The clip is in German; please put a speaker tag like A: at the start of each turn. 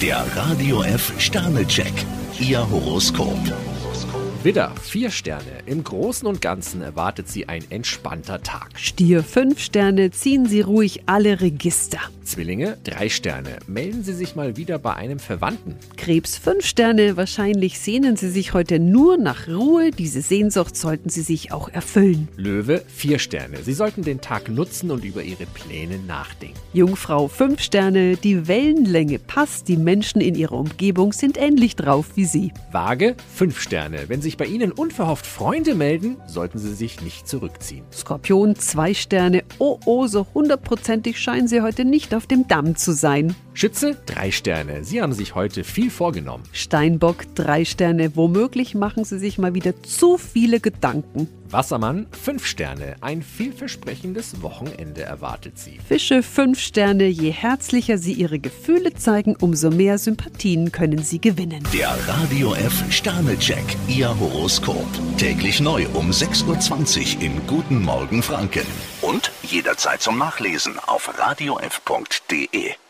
A: Der Radio F Sternecheck, Ihr Horoskop.
B: Widder, vier Sterne. Im Großen und Ganzen erwartet Sie ein entspannter Tag.
C: Stier 5 Sterne, ziehen Sie ruhig alle Register.
B: Zwillinge, drei Sterne. Melden Sie sich mal wieder bei einem Verwandten.
C: Krebs 5 Sterne, wahrscheinlich sehnen Sie sich heute nur nach Ruhe. Diese Sehnsucht sollten Sie sich auch erfüllen.
B: Löwe, vier Sterne. Sie sollten den Tag nutzen und über Ihre Pläne nachdenken.
C: Jungfrau 5 Sterne, die Wellenlänge passt, die Menschen in Ihrer Umgebung sind ähnlich drauf wie Sie.
B: Waage, fünf Sterne. Wenn sich bei Ihnen unverhofft Freunde melden, sollten Sie sich nicht zurückziehen.
C: Skorpion 2 Sterne, oh oh, so hundertprozentig scheinen Sie heute nicht auf dem Damm zu sein.
B: Schütze, drei Sterne. Sie haben sich heute viel vorgenommen.
C: Steinbock 3 Sterne, womöglich machen Sie sich mal wieder zu viele Gedanken.
B: Wassermann, fünf Sterne. Ein vielversprechendes Wochenende erwartet Sie.
C: Fische 5 Sterne, je herzlicher Sie Ihre Gefühle zeigen, umso mehr Sympathien können Sie gewinnen.
A: Der Radio F Sternecheck, Ihr Horoskop. Täglich neu um 6.20 Uhr im Guten Morgen Franken. Und jederzeit zum Nachlesen auf radiof.de.